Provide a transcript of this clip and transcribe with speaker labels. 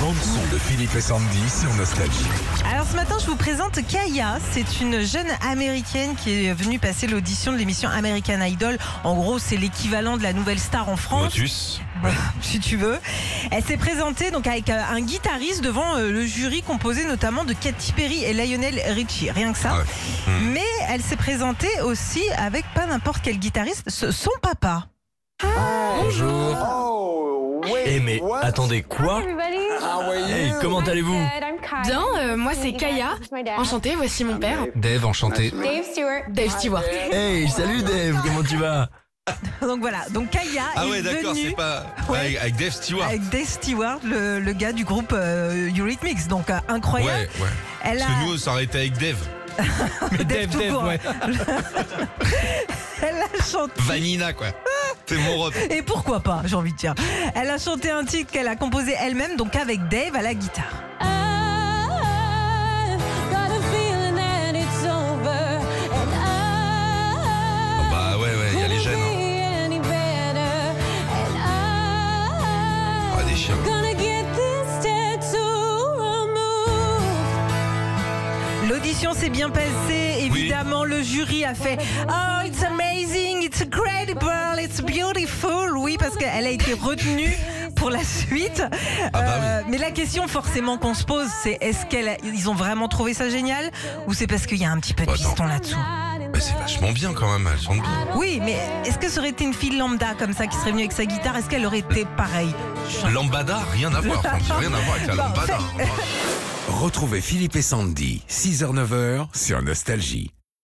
Speaker 1: bande son de Philippe et Sandy sur Nostalgie.
Speaker 2: Alors ce matin, je vous présente Kaya. C'est une jeune américaine qui est venue passer l'audition de l'émission American Idol. En gros, c'est l'équivalent de la nouvelle star en France.
Speaker 3: Motus.
Speaker 2: Bah, si tu veux. Elle s'est présentée donc avec euh, un guitariste devant euh, le jury composé notamment de Katy Perry et Lionel Richie. Rien que ça.
Speaker 1: Ah ouais.
Speaker 4: Hmm.
Speaker 2: Mais elle s'est présentée aussi avec pas n'importe quel guitariste, ce- son papa.
Speaker 3: Bonjour.
Speaker 5: Oh, wait,
Speaker 3: Eh mais
Speaker 5: what?
Speaker 3: attendez quoi
Speaker 6: everybody.
Speaker 5: How are you?
Speaker 3: Hey, comment allez-vous
Speaker 7: Bien, euh, moi c'est Kaya. Enchantée, voici mon père,
Speaker 3: Dave, enchanté.
Speaker 6: Dave Stewart.
Speaker 7: Dave Stewart.
Speaker 3: Hey, Eh, salut Dave, comment tu vas
Speaker 2: Donc voilà. Donc Kaya
Speaker 4: Ah
Speaker 2: est
Speaker 4: ouais, d'accord,
Speaker 2: venue
Speaker 4: c'est pas
Speaker 2: Ouais. Ah,
Speaker 4: avec, avec Dave Stewart.
Speaker 2: avec Dave Stewart, le, le gars du groupe euh, Eurythmics. Donc euh,
Speaker 4: Ouais,
Speaker 2: incroyable.
Speaker 4: ouais.
Speaker 2: Elle
Speaker 4: Parce
Speaker 2: a
Speaker 4: que nous, ça aurait été avec Dave.
Speaker 2: Dave tout court. Elle a chanté.
Speaker 4: Vanina, quoi. C'est mon rep.
Speaker 2: Et pourquoi pas, j'ai envie de dire. Elle a chanté un titre qu'elle a composé elle-même, donc avec Dave à la guitare.
Speaker 6: Ah,
Speaker 4: Bah ouais, ouais, il y a les gènes. Hein. Ah, des chiens.
Speaker 2: L'audition s'est bien passée, évidemment. Le jury a fait Oh, it's amazing, it's incredible, it's beautiful. Oui, parce qu'elle a été retenue pour la suite. Euh, mais la question forcément qu'on se pose, c'est est-ce qu'ils ont vraiment trouvé ça génial ou c'est parce qu'il y a un petit peu de
Speaker 4: Bah, attends.
Speaker 2: piston là-dessous
Speaker 4: Bah, c'est vachement bien quand même, elles sont bien.
Speaker 2: Oui, mais est-ce que ça aurait été une fille lambda comme ça qui serait venue avec sa guitare Est-ce qu'elle aurait été pareille
Speaker 4: Lambada, rien à voir. Francky, rien à voir avec la
Speaker 2: Bah,
Speaker 4: lambada. hein.
Speaker 1: Retrouvez Philippe et Sandy, 6h-9h sur Nostalgie.